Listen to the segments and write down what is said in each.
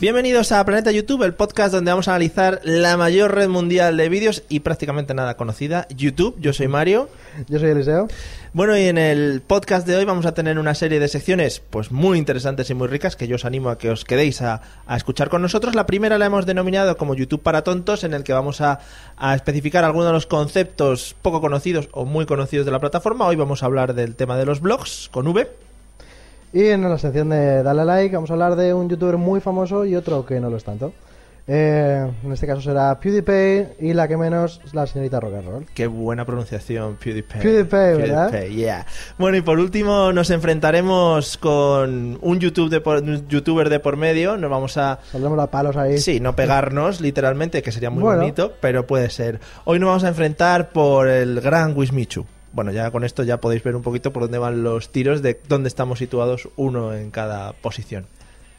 Bienvenidos a Planeta YouTube, el podcast donde vamos a analizar la mayor red mundial de vídeos y prácticamente nada conocida, YouTube. Yo soy Mario. Yo soy Eliseo. Bueno, y en el podcast de hoy vamos a tener una serie de secciones pues muy interesantes y muy ricas que yo os animo a que os quedéis a, a escuchar con nosotros. La primera la hemos denominado como YouTube para tontos, en el que vamos a, a especificar algunos de los conceptos poco conocidos o muy conocidos de la plataforma. Hoy vamos a hablar del tema de los blogs con V. Y en la sección de Dale Like vamos a hablar de un youtuber muy famoso y otro que no lo es tanto. Eh, en este caso será PewDiePie y la que menos la señorita Rock and Roll. Qué buena pronunciación, PewDiePie. PewDiePie, ¿verdad? yeah. Bueno, y por último nos enfrentaremos con un, YouTube de por- un youtuber de por medio. Nos vamos a... Saldremos a palos ahí. Sí, no pegarnos literalmente, que sería muy Bueno. bonito, pero puede ser. Hoy nos vamos a enfrentar por el gran Wismichu. Bueno, ya con esto ya podéis ver un poquito por dónde van los tiros, de dónde estamos situados uno en cada posición.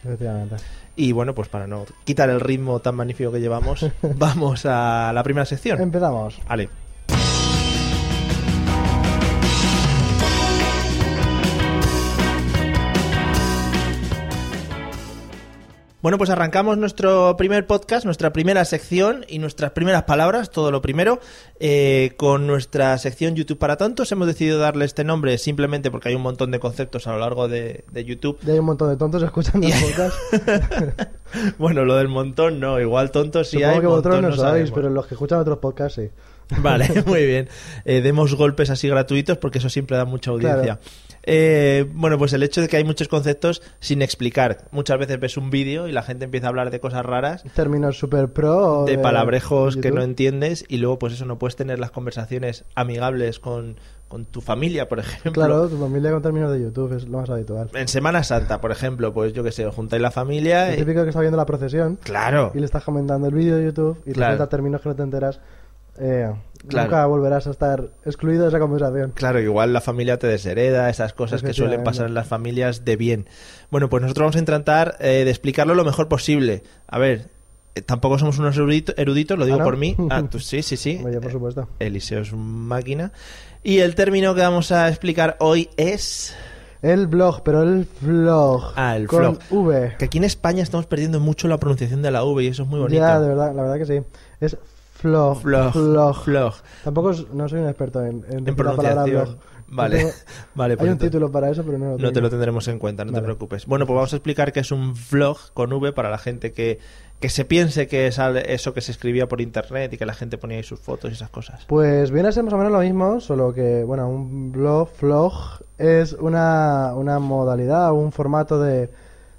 Efectivamente. Y bueno, pues para no quitar el ritmo tan magnífico que llevamos, vamos a la primera sección. Empezamos. Ale. Bueno, pues arrancamos nuestro primer podcast, nuestra primera sección y nuestras primeras palabras, todo lo primero, eh, con nuestra sección YouTube para tontos. Hemos decidido darle este nombre simplemente porque hay un montón de conceptos a lo largo de, de YouTube. Ya hay un montón de tontos escuchando el podcast. Bueno, lo del montón no, igual tontos sí Supongo hay. que vosotros montón no, no sabéis, sabemos. pero los que escuchan otros podcasts sí. Vale, muy bien. Eh, demos golpes así gratuitos porque eso siempre da mucha audiencia. Claro. Eh, bueno, pues el hecho de que hay muchos conceptos sin explicar. Muchas veces ves un vídeo y la gente empieza a hablar de cosas raras, Términos super pro. o de palabrejos que YouTube. no entiendes y luego pues eso no puedes tener las conversaciones amigables con, con tu familia, por ejemplo. Claro, tu familia con términos de YouTube es lo más habitual. En Semana Santa, por ejemplo, pues yo qué sé, os juntáis la familia El y... típico que está viendo la procesión Claro. y le estás comentando el vídeo de YouTube y te Claro. suelta términos que no te enteras. Eh, Claro. Nunca volverás a estar excluido de esa conversación. Claro, igual la familia te deshereda, esas cosas que suelen Efectivamente. pasar en las familias de bien. Bueno, pues nosotros vamos a intentar eh, de explicarlo lo mejor posible. A ver, eh, tampoco somos unos erudito- eruditos, lo digo ¿Ah, no? por mí. Ah, tú sí, sí, sí. Oye, por supuesto. Eliseo es un máquina. Y el término que vamos a explicar hoy es... El blog, pero el vlog. Ah, el con vlog. V. Que aquí en España estamos perdiendo mucho la pronunciación de la V y eso es muy bonito. Ya, de verdad, la verdad que sí. Es flog. Flog, Flog. flog. Tampoco es- no soy un experto en, en En la palabra pronunciación. blog. Vale, No tengo- vale. pues Hay un entonces- título para eso, pero no lo tengo. No te lo tendremos en cuenta, no te Vale. preocupes. Bueno, pues vamos a explicar que es un vlog con V para la gente que, que se piense que es al- eso que se escribía por internet y que la gente ponía ahí sus fotos y esas cosas. Pues viene a ser más o menos lo mismo, solo que, bueno, un blog, vlog es una, una modalidad o un formato de,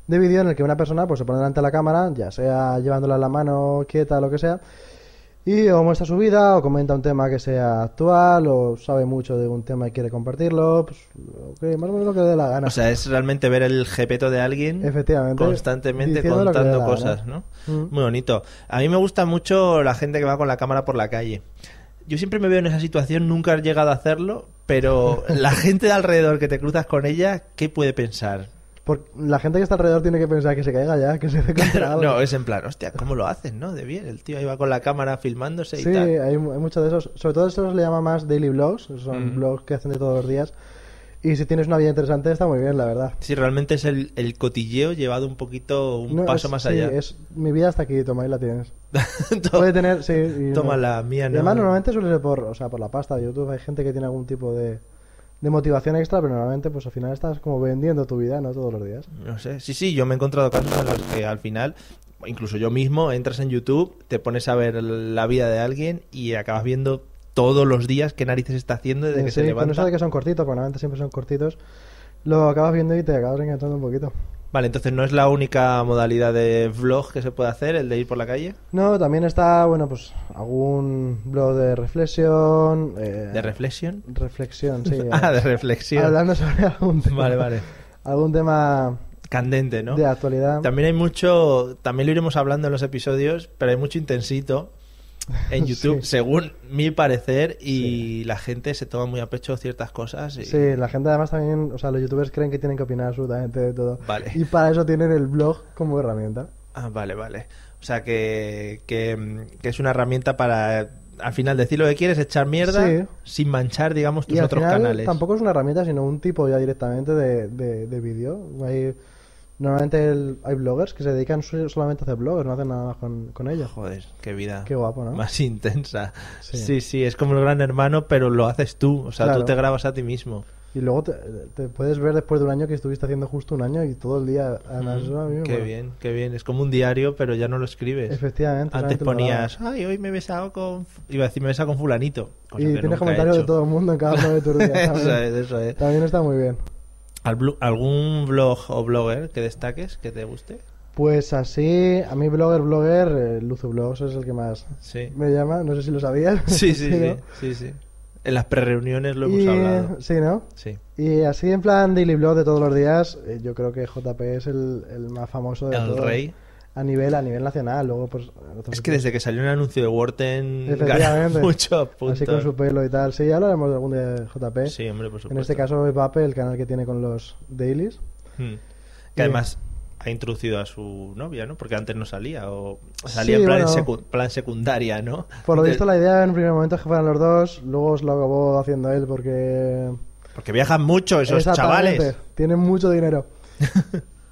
de vídeo en el que una persona pues se pone delante de la cámara, ya sea llevándola en la mano, quieta, lo que sea, y o muestra su vida, o comenta un tema que sea actual, o sabe mucho de un tema y quiere compartirlo, pues lo que- más o menos lo que le dé la gana. O sea, es realmente ver el jepeto de alguien Pues Efectivamente. constantemente diciendo lo que le da contando la cosas, gana. ¿no? Mm. Muy bonito. A mí me gusta mucho la gente que va con la cámara por la calle. Yo siempre me veo en esa situación, nunca he llegado a hacerlo, pero la gente de alrededor que te cruzas con ella, ¿qué puede pensar? Por- la gente que está alrededor tiene que pensar que se caiga ya, que se dé contra Claro, algo. no, es en plan, hostia, ¿cómo lo hacen, no? De bien, el tío ahí va con la cámara filmándose y Sí, hay, tal. hay muchos de esos. Sobre todo estos le llama más daily blogs. Son Ujú. blogs que hacen de todos los días. Y si tienes una vida interesante, está muy bien, la verdad. Sí, realmente es el, el cotilleo llevado un poquito, un No, paso es- más sí, allá. es- mi vida hasta aquí, toma, ahí la tienes. To- Puede tener, sí. y no. Toma la mía, Y no. Además, normalmente suele ser por, o sea, por la pasta de YouTube. Hay gente que tiene algún tipo de, de motivación extra, pero normalmente, pues al final estás como vendiendo tu vida, ¿no? Todos los días. No sé, sí, sí, yo me he encontrado casos en los que al final, incluso yo mismo, entras en YouTube, te pones a ver la vida de alguien y acabas viendo todos los días qué narices está haciendo desde Eh, que sí, se con levanta. eso de que son cortitos, porque normalmente siempre son cortitos. Lo acabas viendo y te acabas enganchando un poquito. Vale, entonces no es la única modalidad de vlog que se puede hacer, el de ir por la calle. No, también está, bueno, pues algún blog de reflexión. eh, ¿De reflexión? reflexión, sí. Ah, de reflexión. Hablando sobre algún tema. Vale, vale. Algún tema Candente, ¿no? de actualidad. También hay mucho, también lo iremos hablando en los episodios, pero hay mucho intensito en YouTube, Sí. según mi parecer, y la gente se toma muy a pecho ciertas cosas. Y... Sí, la gente además también, o sea, los youtubers creen que tienen que opinar absolutamente de todo. Vale. Y para eso tienen el blog como herramienta. Ah, vale, vale. O sea, que, que, mm, que es una herramienta para, eh, al final, decir lo que quieres, echar mierda, Sí. sin manchar, digamos, tus y al otros final, canales. Tampoco es una herramienta, sino un tipo ya directamente de, de, de vídeo. Hay- Normalmente el- hay bloggers que se dedican su- solamente a hacer blogs, no hacen nada más con, con ellos. Joder, qué vida. Qué guapo, ¿no? Más intensa. Sí. Sí. sí, es como el gran hermano, pero lo haces tú. O sea, tú Claro. te grabas a ti mismo. Y luego te, te puedes ver después de un año que estuviste haciendo justo un año y todo el día. Además, eso a mí me Qué mola. bien, qué bien. Es como un diario, pero ya no lo escribes. Efectivamente. Antes solamente lo ponías, ay, hoy me he besado con. f-". Iba a decir, me he besado con Fulanito. grabas. cosa que Y tienes nunca comentarios he de hecho. todo el mundo en cada uno de tus días. eso también. es, eso es. También está muy bien. ¿Al blu- ¿Algún blog o blogger que destaques, que te guste? Pues así, a mí blogger, blogger, eh, Luzu Blogs es el que más Sí. me llama. No sé si lo sabías. Sí, sí, sí, ¿no? sí, sí. En las pre-reuniones lo hemos Y, eh, hablado. Sí, ¿no? Sí. Y así en plan daily blog de todos los días, eh, yo creo que JP es el, el más famoso de El todos. rey. A nivel, a nivel nacional, luego pues... otros Es que desde que salió el anuncio de Wharton ganó Efectivamente. muchos Así con puntos. su pelo y tal. Sí, ya hablaremos de algún de JP. Sí, hombre, por supuesto. en este caso es Vape, el canal que tiene con los dailies. Hmm. Que Sí. además ha introducido a su novia, ¿no? Porque antes no salía. O salía Sí, en plan, en bueno. secu- plan secundaria, ¿no? Por lo De- visto la idea en un primer momento es que fueran los dos, luego os lo acabó haciendo él porque... Porque viajan mucho Pues esos Exactamente, chavales. Tienen mucho dinero.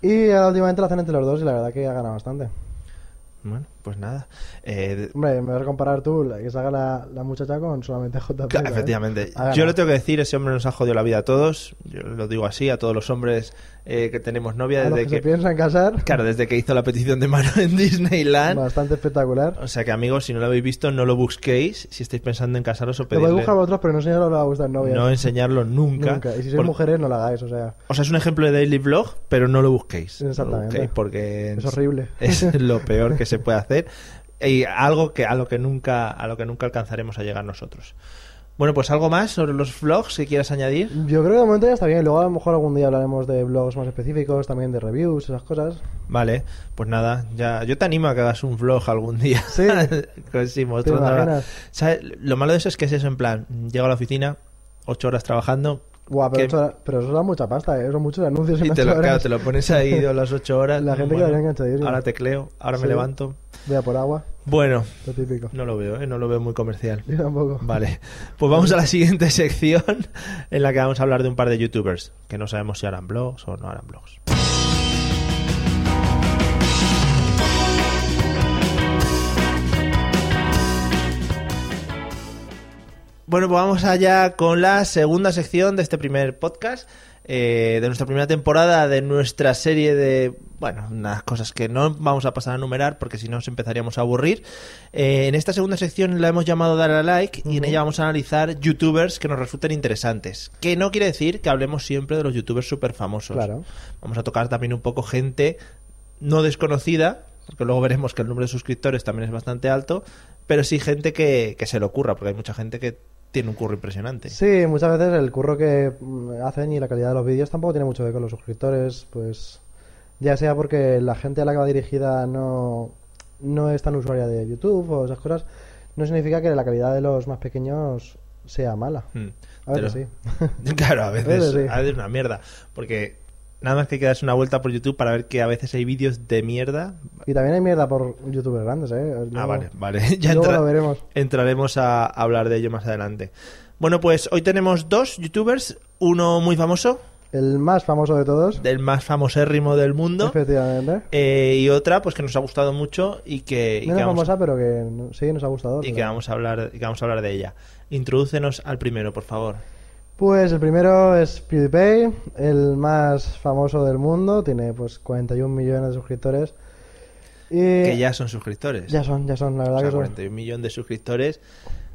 y ahora últimamente lo hacen entre los dos y la verdad que ha ganado bastante. Bueno, pues nada. Eh, Hombre, me vas a comparar tú, la que salga la, la muchacha con solamente JP. Claro, ¿eh? efectivamente. Ha ganado. Yo lo tengo que decir, ese hombre nos ha jodido la vida a todos. Yo lo digo así, a todos los hombres eh, que tenemos novia A los desde que, se que, piensan casar, claro, desde que hizo la petición de mano en Disneyland. bastante espectacular. O sea que amigos, si no lo habéis visto, no lo busquéis. Si estáis pensando en casaros o Lo podéis pedirle, buscar vosotros, pero no enseñaros a vuestras novias. no enseñarlo nunca. nunca. Y si sois Por- mujeres, no la hagáis, o sea, O sea, es un ejemplo de daily vlog, pero no lo busquéis. No lo Exactamente. busquéis porque es horrible. es lo peor que se puede hacer y algo que a lo que nunca a lo que nunca alcanzaremos a llegar nosotros. Bueno, pues algo más sobre los vlogs que quieras añadir. Yo creo que de momento ya está bien. Luego a lo mejor algún día hablaremos de blogs más específicos, también de reviews, esas cosas. Vale, pues nada, ya yo te animo a que hagas un vlog algún día. Sí. Pues sí, ¿Te mostrando la- imaginas? ¿Sabes? Lo malo de eso es que es eso en plan, llego a la oficina, ocho horas trabajando Guau, pero, Que- ocho horas- pero eso da mucha pasta, ¿eh? Son muchos anuncios en y te ocho lo, claro, horas. te lo pones ahí a las ocho horas. mm, La gente Bueno, quedaría enganchadísima. Ahora tecleo, ahora me Sí. levanto. Vea por agua, Bueno, lo típico. no lo veo, ¿eh? no lo veo muy comercial. Yo tampoco. Vale, pues vamos a la siguiente sección en la que vamos a hablar de un par de youtubers que no sabemos si harán blogs o no harán blogs. Bueno, pues vamos allá con la segunda sección de este primer podcast, eh, de nuestra primera temporada, de nuestra serie de, bueno, unas cosas que no vamos a pasar a numerar porque si no nos empezaríamos a aburrir. Eh, en esta segunda sección la hemos llamado Dar a Like y en Ujú. ella vamos a analizar youtubers que nos resulten interesantes. Que no quiere decir que hablemos siempre de los youtubers súper famosos. Claro. Vamos a tocar también un poco gente no desconocida, porque luego veremos que el número de suscriptores también es bastante alto, pero sí gente que, que se le ocurra, porque hay mucha gente que tiene un curro impresionante. Sí, muchas veces el curro que mm, hacen y la calidad de los vídeos tampoco tiene mucho que ver con los suscriptores, pues ya sea porque la gente a la que va dirigida no, no es tan usuaria de YouTube o esas cosas, no significa que la calidad de los más pequeños sea mala. Mm. A veces Pero- sí. Claro, a veces, Pero sí. a veces es una mierda, porque nada más que hay que darse una vuelta por YouTube para ver que a veces hay vídeos de mierda. Y también hay mierda por youtubers grandes, ¿eh? ah, Luego- vale, vale, ya luego entra- lo veremos. entraremos a hablar de ello más adelante. Bueno, pues hoy tenemos dos youtubers, uno muy famoso, El más famoso de todos, del más famosérrimo del mundo. efectivamente. Eh, y otra, pues que nos ha gustado mucho y que, Eh, y que Menos vamos, famosa, pero que no- sí nos ha y gustado. pero- que vamos a hablar y que vamos a hablar de ella. Introdúcenos al primero, por favor. Pues el primero es PewDiePie, el más famoso del mundo, tiene pues 41 millones de suscriptores. Y Que ya son suscriptores. Eh, ya son, ya son, la O verdad sea, que son. 41 millones de suscriptores.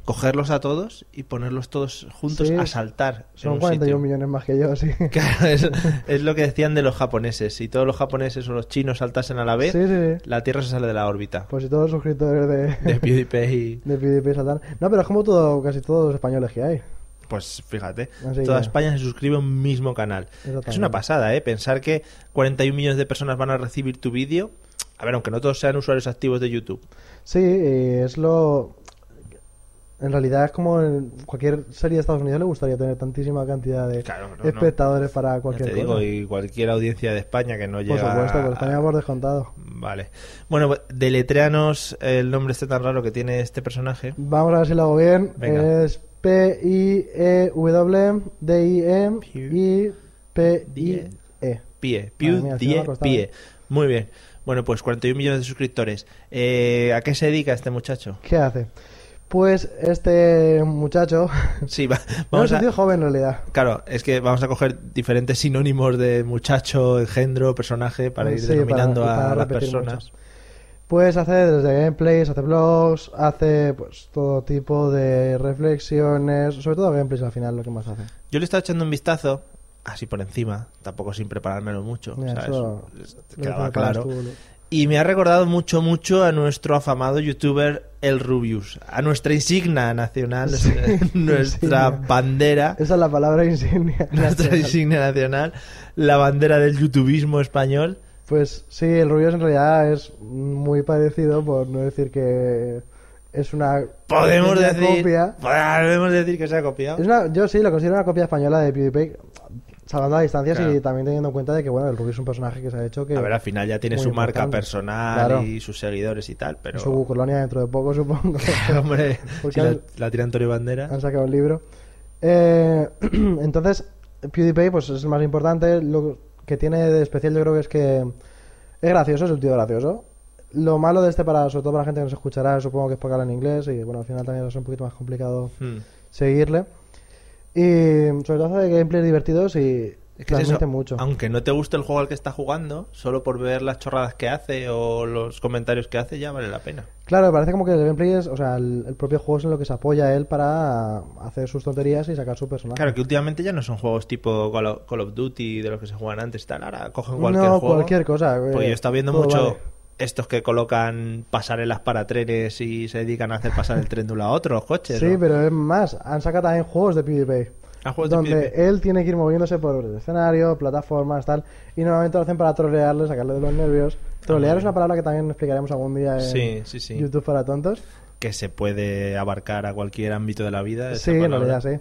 cogerlos a todos y ponerlos todos juntos Sí, a saltar. en Son un 41 sitio. millones más que yo, sí. Claro, es, es lo que decían de los japoneses. Si todos los japoneses o los chinos saltasen a la vez, Sí, sí, sí. la Tierra se sale de la órbita. Pues si todos los suscriptores de, De PewDiePie y... de PewDiePie saltan. No, pero es como todo, casi todos los españoles que hay. Pues fíjate, Así toda que- España se suscribe a un mismo canal. Exactamente. Es una pasada, ¿eh? Pensar que 41 millones de personas van a recibir tu vídeo. A ver, aunque no todos sean usuarios activos de YouTube. Sí, y es lo. En realidad es como en cualquier serie de Estados Unidos le gustaría tener tantísima cantidad de Claro, no, no. espectadores para Ya cualquier te digo, cosa. y cualquier audiencia de España que no Por llega... supuesto, por a- España por descontado. Vale. Bueno, pues, deletreanos el nombre este tan raro que tiene este personaje. Vamos a ver si lo hago bien. Venga. Es P I E W D I M I P I E. Pie. Madre Piu, mía, sí me die, ha costado, pie. ¿eh? Muy bien. Bueno, pues 41 millones de suscriptores. Eh, ¿A qué se dedica este muchacho? ¿Qué hace? Pues este muchacho. Sí, va- No, vamos es un a... tío joven en realidad. Claro, es que vamos a coger diferentes sinónimos de muchacho, engendro, personaje para ir Sí, denominando para- para a las repetir personas. muchos. Pues hace desde gameplays, hace blogs, hace pues todo tipo de reflexiones, sobre todo gameplays al final lo que más hace. Yo le estaba echando un vistazo, así por encima, tampoco sin preparármelo mucho. Ya, ¿sabes? eso- Es- Lo Quedaba que preparas claro. tú, lo- Y me ha recordado mucho, mucho a nuestro afamado youtuber El Rubius, a nuestra insignia nacional, Sí, nuestra insignia. bandera, Esa es la palabra insignia. nuestra insignia nacional, la bandera del youtubismo español. Pues sí, el Rubius en realidad es muy parecido, por no decir que es una Podemos pequeña decir, copia. podemos decir que se ha copiado. Es una- yo sí lo considero una copia española de PewDiePie, salvando a distancias Claro. y también teniendo en cuenta de que bueno, el Rubius es un personaje que se ha hecho que A ver, al final ya tiene Muy su marca importante. personal Claro. y sus seguidores y tal, pero... su colonia dentro de poco supongo. Hombre, Porque si la, han- la tira Antonio Bandera. han sacado un libro. Eh, entonces, PewDiePie pues es el más importante. Lo que tiene de especial yo creo que es que es gracioso, es un tío gracioso. Lo malo de este, para, sobre todo para la gente que nos escuchará, supongo que es porque habla en inglés y bueno, al final también es un poquito más complicado Hmm. seguirle. Y sobre todo hace gameplays divertidos y Es que es transmite eso, mucho. Aunque no te guste el juego al que está jugando, solo por ver las chorradas que hace o los comentarios que hace ya vale la pena. Claro, parece como que el gameplay es, o sea, el, el propio juego es en lo que se apoya él para hacer sus tonterías y sacar su personaje. Claro, que últimamente ya no son juegos tipo Call of, Call of Duty de los que se juegan antes, tal. Ahora cogen cualquier no, juego. cualquier cosa. Porque yo he estado viendo todo mucho vale. estos que colocan pasarelas para trenes y se dedican a hacer pasar el tren de un lado a otro, los coches. Sí, ¿no? pero es más, han sacado también juegos de PvP. Ah, juegos de donde PvP. él tiene que ir moviéndose por el escenario, plataformas, tal. Y normalmente lo hacen para trolearle, sacarle de los nervios. Trolear es una palabra que también explicaremos algún día Ah, en Sí, sí, sí. eh, YouTube para tontos. Que se puede abarcar a cualquier ámbito de la vida. esa Sí, en palabra. realidad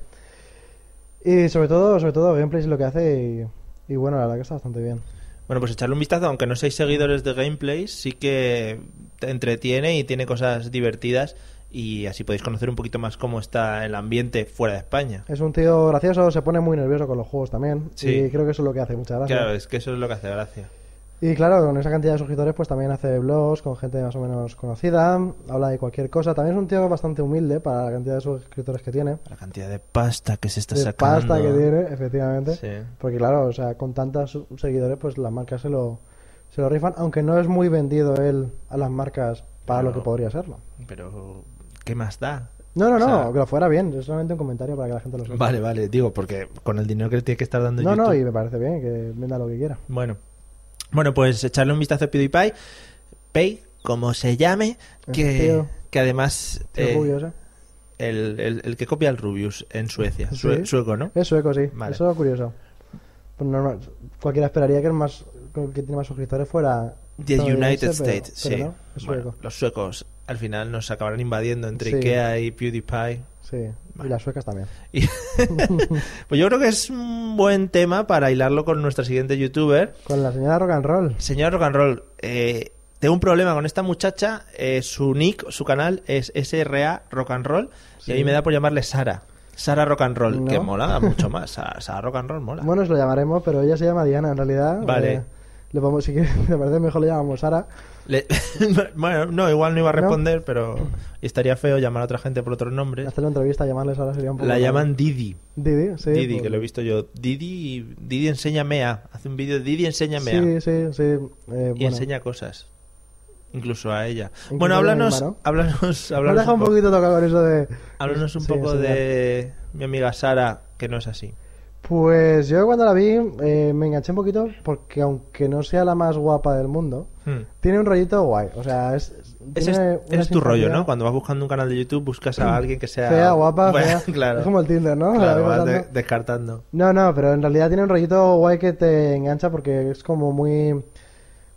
sí. Y sobre todo, sobre todo, gameplay es lo que hace y, y bueno, la verdad que está bastante bien. Bueno, pues echarle un vistazo, aunque no seáis seguidores de gameplays, sí que te entretiene y tiene cosas divertidas y así podéis conocer un poquito más cómo está el ambiente fuera de España. Es un tío gracioso, se pone muy nervioso con los juegos también. Sí. Y creo que eso es lo que hace, muchas gracias. Claro, es que eso es lo que hace gracia. Y claro, con esa cantidad de suscriptores, pues también hace blogs con gente más o menos conocida, habla de cualquier cosa. También es un tío bastante humilde para la cantidad de suscriptores que tiene, La cantidad de pasta que se está de sacando. pasta que tiene, efectivamente. Sí. Porque claro, o sea, con tantos seguidores, pues las marcas se lo, se lo rifan, aunque no es muy vendido él a las marcas para Claro. lo que podría serlo. Pero, ¿qué más da? No, no, no, O sea- que lo fuera bien, es solamente un comentario para que la gente lo sepa. Vale, vale, digo, porque con el dinero que le tiene que estar dando No, no, YouTube- y me parece bien que venda lo que quiera. Bueno. Bueno, pues echarle un vistazo a PewDiePie, Pay, como se llame, Ese que, tío. que además... Tío eh, curioso. El, el- el que copia el Rubius en Suecia. ¿Ah, Sí. Eh, Sue- Sueco, ¿no? Es sueco, sí. Vale. Eso es curioso. Pues normal, cualquiera esperaría que el más que tiene más suscriptores fuera The United estadounidense, pero- States, sí. pero no, es Bueno, sueco. los suecos al final nos acabarán invadiendo entre Sí. Ikea y PewDiePie. Sí, Vale. y las suecas también. Y- pues yo creo que es un buen tema para hilarlo con nuestra siguiente youtuber. Con la señora rock and roll. Señor Rock and Roll, eh, tengo un problema con esta muchacha. eh, su nick, su canal es SRA Rock and Roll. Sí. Y a mí me da por llamarle Sara. Sara Rock and Roll, No. que mola mucho más. Sara, Sara Rock and Roll mola. Bueno, os lo llamaremos, pero ella se llama Diana en realidad. Vale. Eh, le podemos, si quieres, te parece mejor le llamamos Sara. Le- bueno, no, igual no iba a ¿No? responder, pero estaría feo llamar a otra gente por otros nombres. Hacer la entrevista, llamarle Sara sería un poco. La raro. llaman Didi. Didi, sí. Didi, pues- que lo he visto yo. Didi, Didi enséñame a. Hace un vídeo de Didi enséñame a. Sí, sí, sí. eh, Y bueno, enseña cosas. Incluso a ella. Incluso bueno, a mi háblanos, hermano. háblanos, Me has háblanos, dejado un un, poco, poquito tocado con eso de. háblanos un Sí, poco sí, de mi amiga Sara, que no es así. Pues yo cuando la vi eh, me enganché un poquito porque aunque no sea la más guapa del mundo, Hmm. tiene un rollito guay. O sea, es... Ese es, tiene ese una es tu rollo, simpatía Hmm. ¿no? Cuando vas buscando un canal de YouTube buscas a alguien que sea... Fea, guapa, Bueno, fea. Claro, Es como el Tinder, ¿no? claro, La vas voy de- matando. descartando. No, no, pero en realidad tiene un rollito guay que te engancha porque es como muy...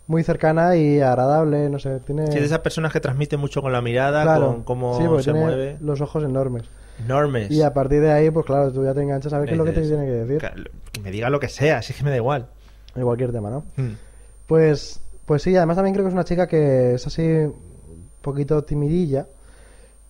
Muy cercana y agradable, no sé, tiene... Sí, de esas personas que transmiten mucho con la mirada, con cómo Eh, sí, porque se tiene mueve. los ojos enormes. Enormes. Y a partir de ahí, pues claro, tú ya te enganchas a ver qué es lo que te Dices, tiene que decir. "Claro, Que me diga lo que sea, si es que me da igual. En cualquier tema, ¿no? Hmm. Pues, pues sí, además también creo que es una chica que es así un poquito timidilla,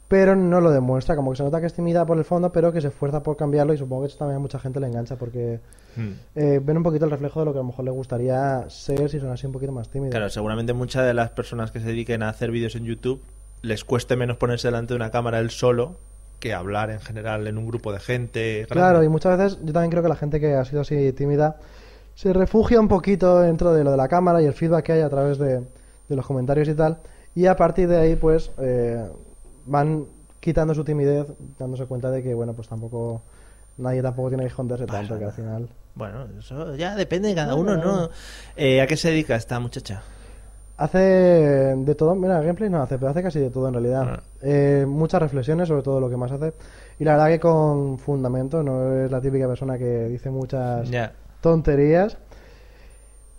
pero no lo demuestra, como que se nota que es tímida por el fondo, pero que se esfuerza por cambiarlo y supongo que eso también a mucha gente le engancha porque Hmm. eh, ven un poquito el reflejo de lo que a lo mejor le gustaría ser si son así un poquito más tímidos. Claro, seguramente muchas de las personas que se dediquen a hacer vídeos en YouTube les cueste menos ponerse delante de una cámara él solo que hablar en general en un grupo de gente. grande. Claro, y muchas veces yo también creo que la gente que ha sido así tímida se refugia un poquito dentro de lo de la cámara y el feedback que hay a través de, de los comentarios y tal. Y a partir de ahí, pues, eh, van quitando su timidez, dándose cuenta de que, bueno, pues tampoco nadie tampoco tiene que esconderse Para tanto, que al nada. final... Bueno, eso ya depende de cada No, uno, no, ¿no? no. Eh, ¿A qué se dedica esta muchacha? Hace de todo, mira, gameplay no hace, pero hace casi de todo en realidad. Ah. Eh, muchas reflexiones sobre todo lo que más hace. Y la verdad que con fundamento, no es la típica persona que dice muchas... Ya. tonterías.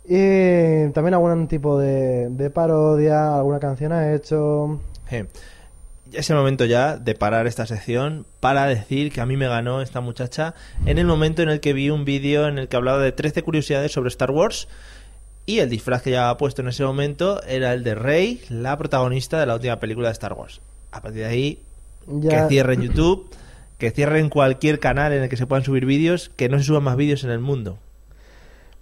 Y también algún tipo de, de parodia, alguna canción ha hecho. Eh, ya Es el momento ya de parar esta sección para decir que a mí me ganó esta muchacha en el momento en el que vi un vídeo en el que hablaba de 13 curiosidades sobre Star Wars y el disfraz que llevaba puesto en ese momento era el de Rey, la protagonista de la última película de Star Wars. A partir de ahí, Ya, que cierren YouTube, que cierren cualquier canal en el que se puedan subir vídeos, que no se suban más vídeos en el mundo.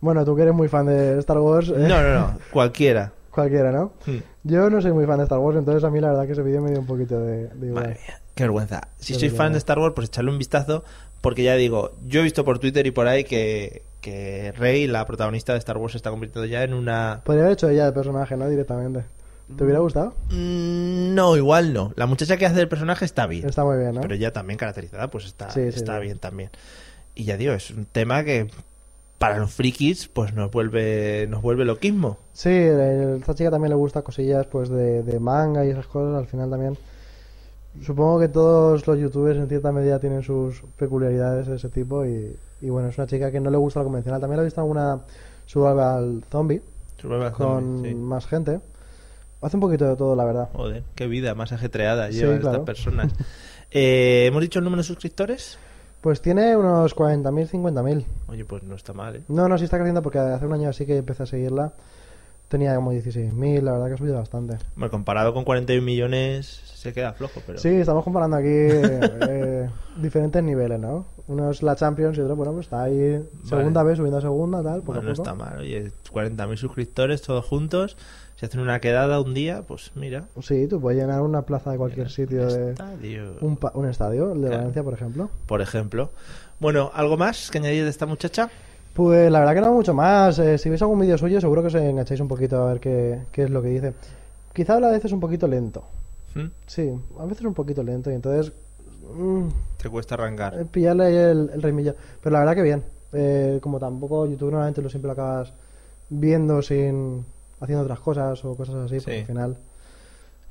Bueno, tú que eres muy fan de Star Wars, eh, No, no, no, cualquiera. cualquiera, ¿no? Hmm. Yo no soy muy fan de Star Wars, entonces a mí la verdad que ese vídeo me dio un poquito de, de igual. Madre mía, qué vergüenza. Si Qué sois fan vergüenza. de Star Wars, pues echarle un vistazo, porque ya digo, yo he visto por Twitter y por ahí que, que Rey, la protagonista de Star Wars, se está convirtiendo ya en una... Podría haber hecho ella el personaje, ¿no? Directamente. ¿Te hubiera gustado? Mm, No, igual no. La muchacha que hace el personaje está bien. Está muy bien, ¿no? Pero ya también caracterizada, pues está, Sí, sí, está sí. bien también. Y ya digo, es un tema que para los frikis, pues nos vuelve, nos vuelve loquismo. Sí, el- esta chica también le gusta cosillas pues de, de manga y esas cosas, al final también. Supongo que todos los youtubers en cierta medida tienen sus peculiaridades de ese tipo y, y bueno, es una chica que no le gusta lo convencional. También la he visto en alguna suba al zombie Se vuelve a con zombie, sí. más gente. Hace un poquito de todo, la verdad. Joder, qué vida más ajetreada Sí, llevan claro. estas personas. Eh, ¿Hemos dicho el número de suscriptores? Pues tiene unos 40.000, 50.000. Oye, pues no está mal, ¿eh? No, no, sí está creciendo porque hace un año así que empecé a seguirla. Tenía como 16.000, la verdad que ha subido bastante. Bueno, comparado con 41 millones, se queda flojo, pero... Sí, estamos comparando aquí eh, diferentes niveles, ¿no? Uno es la Champions y otro, bueno, pues está ahí segunda vez subiendo a segunda, tal, poco Bueno, no a poco. está mal. Oye, 40.000 suscriptores todos juntos, si hacen una quedada un día, pues mira. Sí, tú puedes llenar una plaza de cualquier sitio, de Estadio. un, pa- un estadio, el de Claro. Valencia, por ejemplo. Por ejemplo. Bueno, ¿algo más que añadir de esta muchacha? Pues la verdad que no mucho más. eh, si veis algún vídeo suyo, seguro que os engancháis un poquito a ver qué, qué es lo que dice. Quizá habla a veces un poquito lento. ¿Mm? Sí, a veces un poquito lento y entonces mm, Te cuesta eh, arrancar. pillarle ahí el, el remillo. Pero la verdad que bien. Eh, como tampoco YouTube normalmente lo siempre lo acabas viendo sin haciendo otras cosas o cosas así, porque Sí. al final.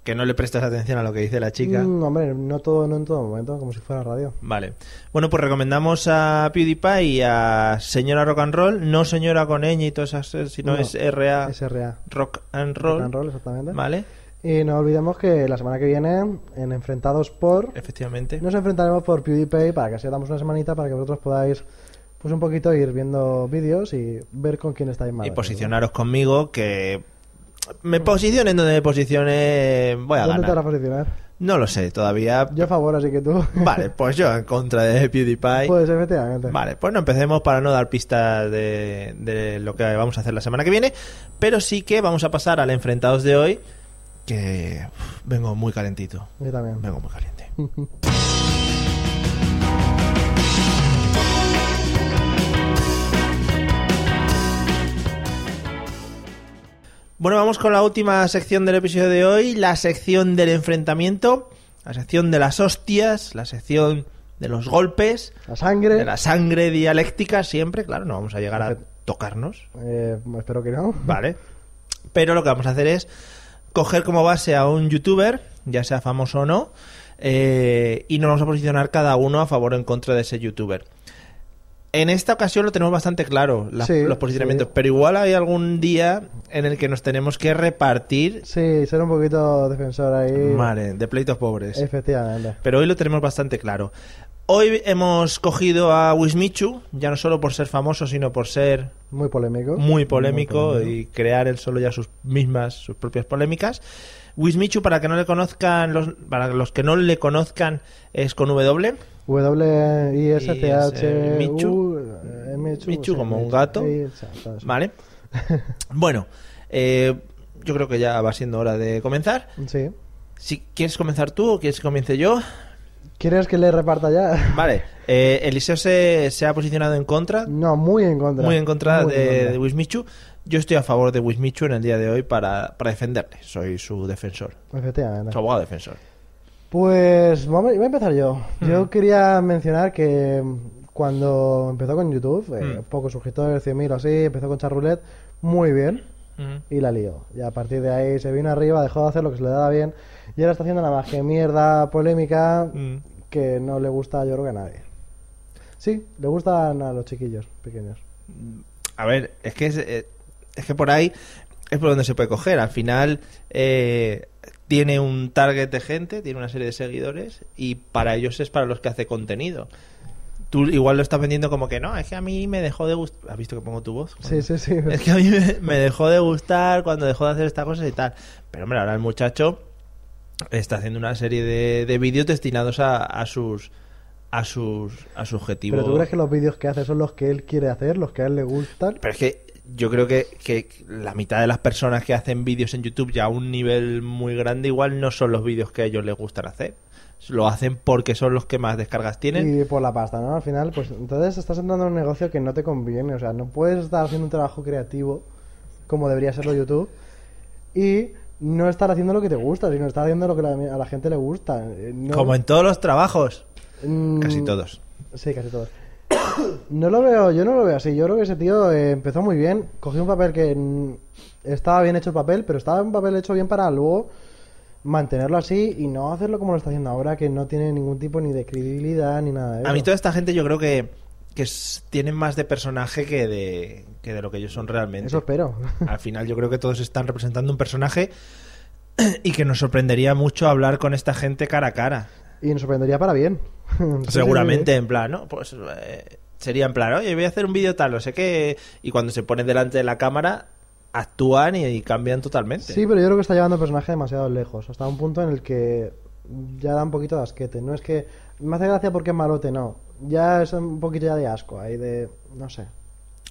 Que no le prestas atención a lo que dice la chica. Mm, hombre, no todo, no en todo momento, como si fuera radio. Vale. Bueno, pues recomendamos a PewDiePie y a Señora Rock and Roll. No Señora con ñ y todas esas, eh, sino No, es RA SRA. Rock and Rock Roll. and roll, exactamente. Vale, Y no olvidemos que la semana que viene, en Enfrentados por, efectivamente. nos enfrentaremos por PewDiePie para que así os damos una semanita para que vosotros podáis, pues un poquito ir viendo vídeos y ver con quién estáis mal. y posicionaros conmigo que me posicionen donde me posicione voy a ¿Dónde te vas ganar a posicionar? no lo sé todavía Yo a favor, así que tú. vale pues yo en contra de PewDiePie Pues efectivamente. Vale, pues no empecemos para no dar pistas de, de lo que vamos a hacer la semana que viene, pero sí que vamos a pasar al enfrentados de hoy, que uf, vengo muy calentito, Yo también. vengo muy caliente. Bueno, vamos con la última sección del episodio de hoy, la sección del enfrentamiento, la sección de las hostias, la sección de los golpes, La sangre. de la sangre dialéctica siempre, claro, no vamos a llegar a tocarnos, eh, espero que no. ¿vale? Pero lo que vamos a hacer es coger como base a un youtuber, ya sea famoso o no, eh, y nos vamos a posicionar cada uno a favor o en contra de ese youtuber. En esta ocasión lo tenemos bastante claro, la- Sí, los posicionamientos, sí. pero igual hay algún día en el que nos tenemos que repartir Sí, ser un poquito defensor ahí. Vale, de pleitos pobres. Efectivamente. Pero hoy lo tenemos bastante claro. Hoy hemos cogido a Wismichu, ya no solo por ser famoso, sino por ser Muy polémico. muy polémico polémico. y crear él solo ya sus mismas, sus propias polémicas. Wismichu, para que no le conozcan, los, para los que no le conozcan, es con W. W I S T H Y es, eh, U Michu. eh, Michu, Michu sí, como un gato. Sí, exacto, eso. Vale. Bueno, eh, yo creo que ya va siendo hora de comenzar. Sí. Si quieres comenzar tú o quieres que comience yo. ¿Quieres que le reparta ya? Vale. Eh, Eliseo se, se ha posicionado en contra. No, muy en contra. Muy en contra Muy en de, contra. de Wismichu. Yo estoy a favor de Wismichu en el día de hoy para, para defenderle. Soy su defensor. Efectivamente. Su abogado defensor. Pues vamos, voy a empezar yo. Mm. Yo quería mencionar que cuando empezó con YouTube, eh, Mm. pocos suscriptores, 100.000 o así, empezó con Charroulette, muy bien, y la lió. Y a partir de ahí se vino arriba, dejó de hacer lo que se le daba bien, y ahora está haciendo nada más que mierda polémica Mm. que no le gusta, yo creo que a nadie. Sí, le gustan a los chiquillos pequeños. A ver, es que, es, eh, es que por ahí es por donde se puede coger. Al final eh, tiene un target de gente, tiene una serie de seguidores y para ellos es para los que hace contenido. Tú igual lo estás vendiendo como que no, es que a mí me dejó de gustar. ¿Has visto que pongo tu voz? Sí, sí, sí. Es que a mí me, me dejó de gustar cuando dejó de hacer estas cosas y tal. Pero hombre, ahora el muchacho está haciendo una serie de, de vídeos destinados a, a sus a sus a su objetivo. Pero tú crees que los vídeos que hace son los que él quiere hacer, los que a él le gustan. Pero es que yo creo que, que la mitad de las personas que hacen vídeos en YouTube ya a un nivel muy grande igual no son los vídeos que a ellos les gustan hacer. Lo hacen porque son los que más descargas tienen. Y por la pasta, ¿no? Al final, pues entonces estás entrando en un negocio que no te conviene. O sea, no puedes estar haciendo un trabajo creativo como debería serlo YouTube y no estar haciendo lo que te gusta, sino estar haciendo lo que la- a la gente le gusta. Eh, no- Como en todos los trabajos. Mm, Casi todos. Sí, casi todos. No lo veo, yo no lo veo así. Yo creo que ese tío eh, empezó muy bien, cogió un papel que mm, estaba bien hecho el papel, pero estaba un papel hecho bien para luego mantenerlo así y no hacerlo como lo está haciendo ahora, que no tiene ningún tipo ni de credibilidad ni nada de eso. A mí toda esta gente yo creo que, que s- tienen más de personaje que de, que de lo que ellos son realmente. Eso espero. Al final yo creo que todos están representando un personaje y que nos sorprendería mucho hablar con esta gente cara a cara. Y nos sorprendería para bien. Seguramente, en plan, ¿no? Pues eh, sería en plan, oye, voy a hacer un vídeo tal, no sé qué. Y cuando se ponen delante de la cámara, actúan y, y cambian totalmente. Sí, pero yo creo que está llevando el personaje demasiado lejos, hasta un punto en el que ya da un poquito de asquete. No es que me hace gracia porque es malote, no. Ya es un poquito ya de asco, ahí de... no sé.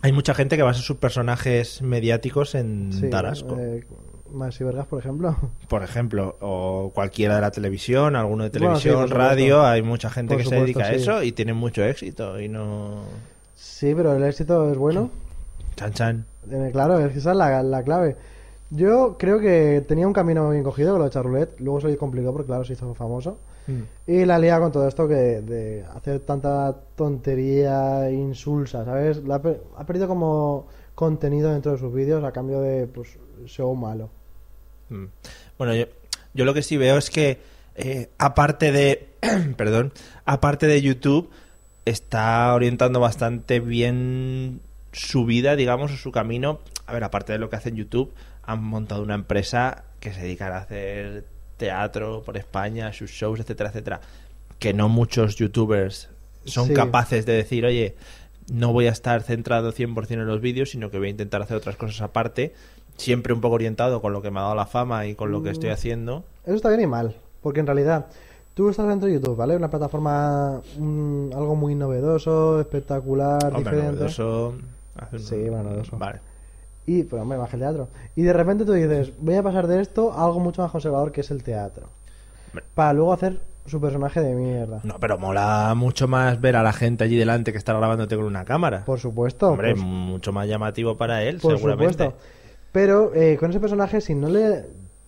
Hay mucha gente que basa sus personajes mediáticos en Sí, Tarasco. eh, Maxi Vergas, por ejemplo. Por ejemplo, o cualquiera de la televisión, alguno de Bueno, sí, televisión, por supuesto. radio, hay mucha gente Por que supuesto, se dedica a sí. eso y tienen mucho éxito y no... Sí, pero el éxito es bueno. Chan chan. Eh, Claro, es que esa es la, la clave. Yo creo que tenía un camino bien cogido con lo de Charroulette. Luego se le complicó porque, claro, se hizo famoso. Y la lía con todo esto que de hacer tanta tontería insulsa, ¿sabes? La ha per- ha perdido como contenido dentro de sus vídeos a cambio de, pues, show malo. Mm. Bueno, yo, yo lo que sí veo es que eh, aparte de... perdón, aparte de YouTube, está orientando bastante bien su vida, digamos, o su camino. A ver, aparte de lo que hace en YouTube, han montado una empresa que se dedica a hacer teatro por España, sus shows, etcétera, etcétera. Que no muchos youtubers son Sí. capaces de decir, oye, no voy a estar centrado 100% en los vídeos, sino que voy a intentar hacer otras cosas aparte, siempre un poco orientado con lo que me ha dado la fama y con lo Mm. que estoy haciendo. Eso está bien y mal, porque en realidad tú estás dentro de YouTube, ¿vale? Una plataforma, mm, algo muy novedoso, espectacular, Hombre, diferente. novedoso, hace un- Sí, novedoso. Vale. Y, pero hombre, baja el teatro. Y de repente tú dices, voy a pasar de esto a algo mucho más conservador que es el teatro. Hombre. Para luego hacer su personaje de mierda. No, pero mola mucho más ver a la gente allí delante que estar grabándote con una cámara. Por supuesto. Hombre, por mucho más llamativo para él, Por seguramente. supuesto. Pero eh, con ese personaje, si no le, le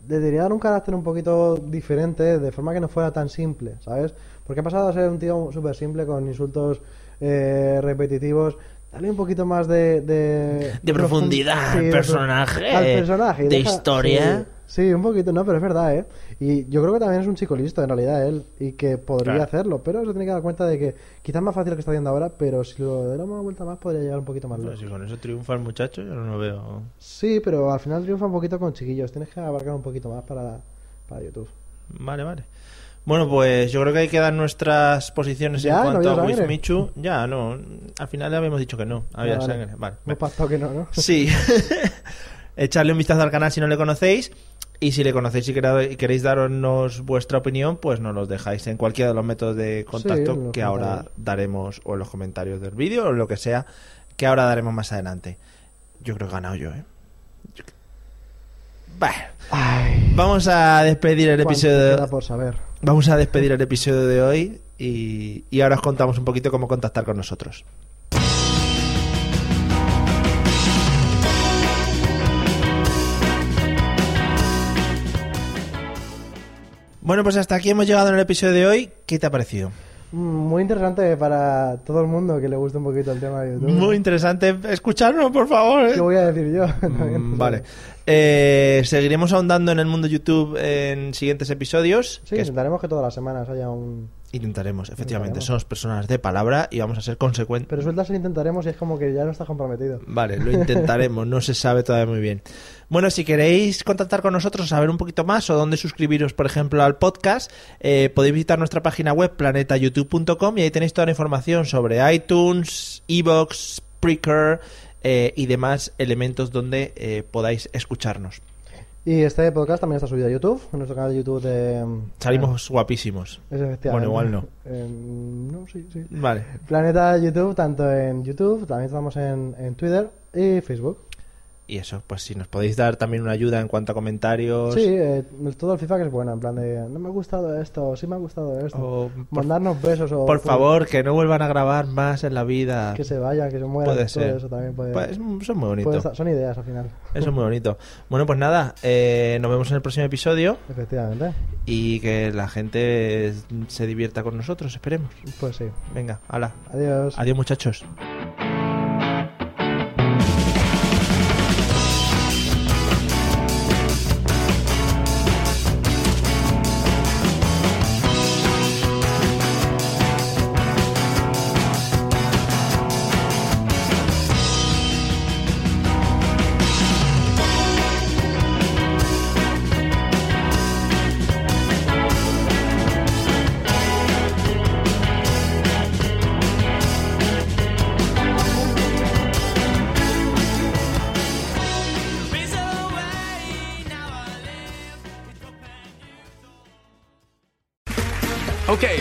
debería dar un carácter un poquito diferente, de forma que no fuera tan simple, ¿sabes? Porque ha pasado a ser un tío súper simple con insultos eh, repetitivos. Dale un poquito más de. De, De profundidad al de- personaje, Al personaje. y de historia. Sí, sí, un poquito, no, pero es verdad, ¿eh? Y yo creo que también es un chico listo, en realidad, él. Y que podría Claro. hacerlo, pero se tiene que dar cuenta de que quizás más fácil lo que está haciendo ahora, pero si lo damos una vuelta más, podría llegar un poquito Pues más lejos. si con eso triunfa el muchacho, yo no lo veo. Sí, pero al final triunfa un poquito con chiquillos. Tienes que abarcar un poquito más para, para YouTube. Vale, vale. Bueno, pues yo creo que hay que dar nuestras posiciones Ya, en no cuanto había a With sangre. Michu. Ya, no. Al final habíamos dicho que no. Había Ah, vale. sangre. Vale. No pacto que no, ¿no? Sí. Echarle un vistazo al canal si no le conocéis. Y si le conocéis y quera- y queréis darnos vuestra opinión, pues nos los dejáis en cualquiera de los métodos de contacto en los que ahora comentarios. daremos, o en los comentarios del vídeo, o lo que sea, que ahora daremos más adelante. Yo creo que he ganado yo, ¿eh? Yo cre- Bah. Vamos a despedir el ¿Cuánto episodio. queda por saber. Vamos a despedir el episodio de hoy y, y ahora os contamos un poquito cómo contactar con nosotros. Bueno, pues hasta aquí hemos llegado en el episodio de hoy. ¿Qué te ha parecido? Mm, Muy interesante para todo el mundo que le guste un poquito el tema de YouTube. Muy interesante. Escucharnos, por favor. ¿eh? ¿Qué voy a decir yo? Mm, Vale. Eh, seguiremos ahondando en el mundo YouTube en siguientes episodios. Sí, que es- intentaremos que todas las semanas haya un... Intentaremos, efectivamente. Intentaremos. Somos personas de palabra y vamos a ser consecuentes. Pero sueltas el intentaremos y es como que ya no estás comprometido. Vale, lo intentaremos, no se sabe todavía muy bien. Bueno, si queréis contactar con nosotros, saber un poquito más o dónde suscribiros, por ejemplo, al podcast, eh, podéis visitar nuestra página web planetayoutube.com y ahí tenéis toda la información sobre iTunes, Evox, Spreaker eh, y demás elementos donde eh, podáis escucharnos. Y este podcast también está subido a YouTube, en nuestro canal de YouTube de... eh, Salimos guapísimos. Es efectivamente. Bueno, igual no. Eh, no, sí, sí. Vale. Planeta YouTube, tanto en YouTube, también estamos en, en Twitter y Facebook. Y eso, pues si nos podéis dar también una ayuda en cuanto a comentarios. Sí, eh, todo el FIFA que es bueno, en plan de no me ha gustado esto, sí me ha gustado esto. o Oh, por, Mandarnos besos o. por favor, que no vuelvan a grabar más en la vida. pues, Que se vayan, que se mueran. Puede todo ser. Eso también puede, Pues, mm, son muy bonitos. puede estar- Son ideas al final, Eso es muy bonito. Bueno, pues nada, eh, nos vemos en el próximo episodio efectivamente. y que la gente se divierta con nosotros, esperemos. Pues sí. Venga, hala. Adiós. Adiós muchachos. Okay,